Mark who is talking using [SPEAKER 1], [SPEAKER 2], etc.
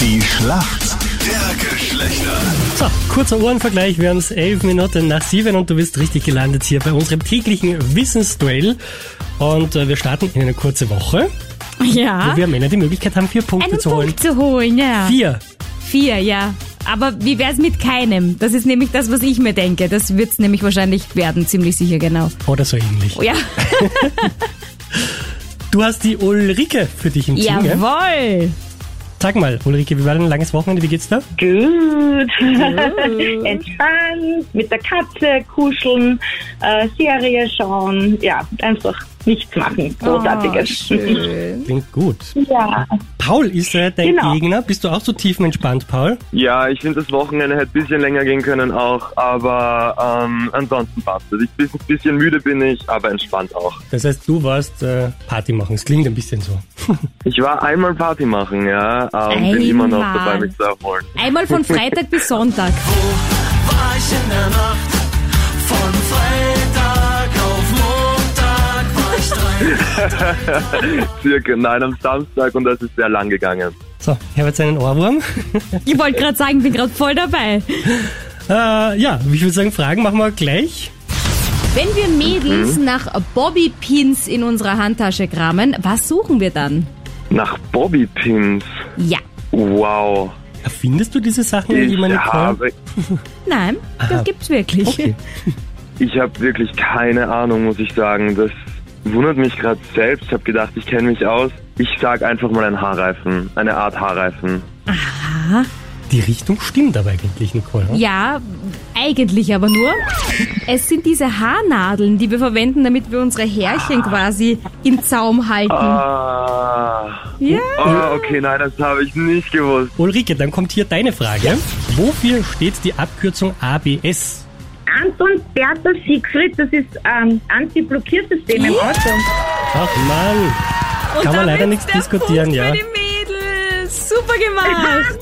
[SPEAKER 1] Die Schlacht der Geschlechter.
[SPEAKER 2] So, kurzer Uhrenvergleich. Wir haben es elf Minuten nach sieben und du bist richtig gelandet hier bei unserem täglichen Wissensduell. Und äh, wir starten in eine kurze Woche,
[SPEAKER 3] Ja.
[SPEAKER 2] wo wir Männer die Möglichkeit haben, vier Punkte
[SPEAKER 3] Ah. Einen
[SPEAKER 2] zu holen.
[SPEAKER 3] Punkt Ah. zu holen, ja.
[SPEAKER 2] Vier.
[SPEAKER 3] Vier, ja. Aber wie wär's mit keinem? Das ist nämlich das, was ich mir denke. Das wird's nämlich wahrscheinlich werden, ziemlich sicher genau.
[SPEAKER 2] Oder so ähnlich.
[SPEAKER 3] Oh, ja.
[SPEAKER 2] Du hast die Ulrike für dich im Team. Ja?
[SPEAKER 3] Jawohl.
[SPEAKER 2] Sag mal, Ulrike, wie war dein langes Wochenende? Wie geht's da?
[SPEAKER 4] Gut. Entspannt, mit der Katze kuscheln, äh, Serie schauen, ja, einfach nichts machen.
[SPEAKER 3] Ah,
[SPEAKER 4] Großartiges.
[SPEAKER 2] Klingt gut.
[SPEAKER 4] ja.
[SPEAKER 2] Paul ist äh, dein
[SPEAKER 4] Genau.
[SPEAKER 2] Gegner. Bist du auch so tiefenentspannt, Paul?
[SPEAKER 5] Ja, ich finde, das Wochenende hätte ein bisschen länger gehen können auch, aber ähm, ansonsten passt es. Ich bin ein bisschen müde bin ich, aber entspannt auch.
[SPEAKER 2] Das heißt, du warst äh, Party machen. Es klingt ein bisschen so.
[SPEAKER 5] Ich war einmal Party machen, ja, ähm, bin immer noch
[SPEAKER 3] Einmal.
[SPEAKER 5] dabei, mich zu erholen.
[SPEAKER 3] Einmal von Freitag bis Sonntag.
[SPEAKER 6] war ich in der Nacht. Von Freitag auf Montag war ich drei.
[SPEAKER 5] Circa, nein, am Samstag und das ist sehr lang gegangen.
[SPEAKER 2] So, ich habe jetzt einen Ohrwurm.
[SPEAKER 3] Ich wollte gerade sagen, bin gerade voll dabei.
[SPEAKER 2] Äh, ja, ich würde sagen, Fragen machen wir gleich.
[SPEAKER 3] Wenn wir Mädels nach Bobby Pins in unserer Handtasche kramen, was suchen wir dann?
[SPEAKER 5] Nach Bobby Pins.
[SPEAKER 3] Ja.
[SPEAKER 5] Wow.
[SPEAKER 2] Erfindest du diese Sachen
[SPEAKER 5] Ich
[SPEAKER 2] jemanden
[SPEAKER 5] habe,
[SPEAKER 3] Nein, das gibt's wirklich.
[SPEAKER 2] Okay.
[SPEAKER 5] ich habe wirklich keine Ahnung, muss ich sagen. Das wundert mich gerade selbst. Ich habe gedacht, ich kenne mich aus. Ich sag einfach mal einen Haarreifen, eine Art Haarreifen.
[SPEAKER 2] Die Richtung stimmt aber eigentlich, Nicole. oder?
[SPEAKER 3] Ja, eigentlich aber nur. Es sind diese Haarnadeln, die wir verwenden, damit wir unsere Härchen quasi im Zaum halten.
[SPEAKER 5] Ah.
[SPEAKER 3] Hm. Ja.
[SPEAKER 5] Ah, okay, nein, das habe ich nicht gewusst.
[SPEAKER 2] Ulrike, dann kommt hier deine Frage. Wofür steht die Abkürzung ABS?
[SPEAKER 4] Anton, Bertha, Siegfried, das ist ähm, Anti-Blockiersystem im Auto.
[SPEAKER 2] Ach Mann,
[SPEAKER 3] Und
[SPEAKER 2] kann man leider
[SPEAKER 3] damit
[SPEAKER 2] nichts
[SPEAKER 3] der
[SPEAKER 2] diskutieren,
[SPEAKER 3] Punkt
[SPEAKER 2] ja.
[SPEAKER 3] Für die Mädels. Super gemacht.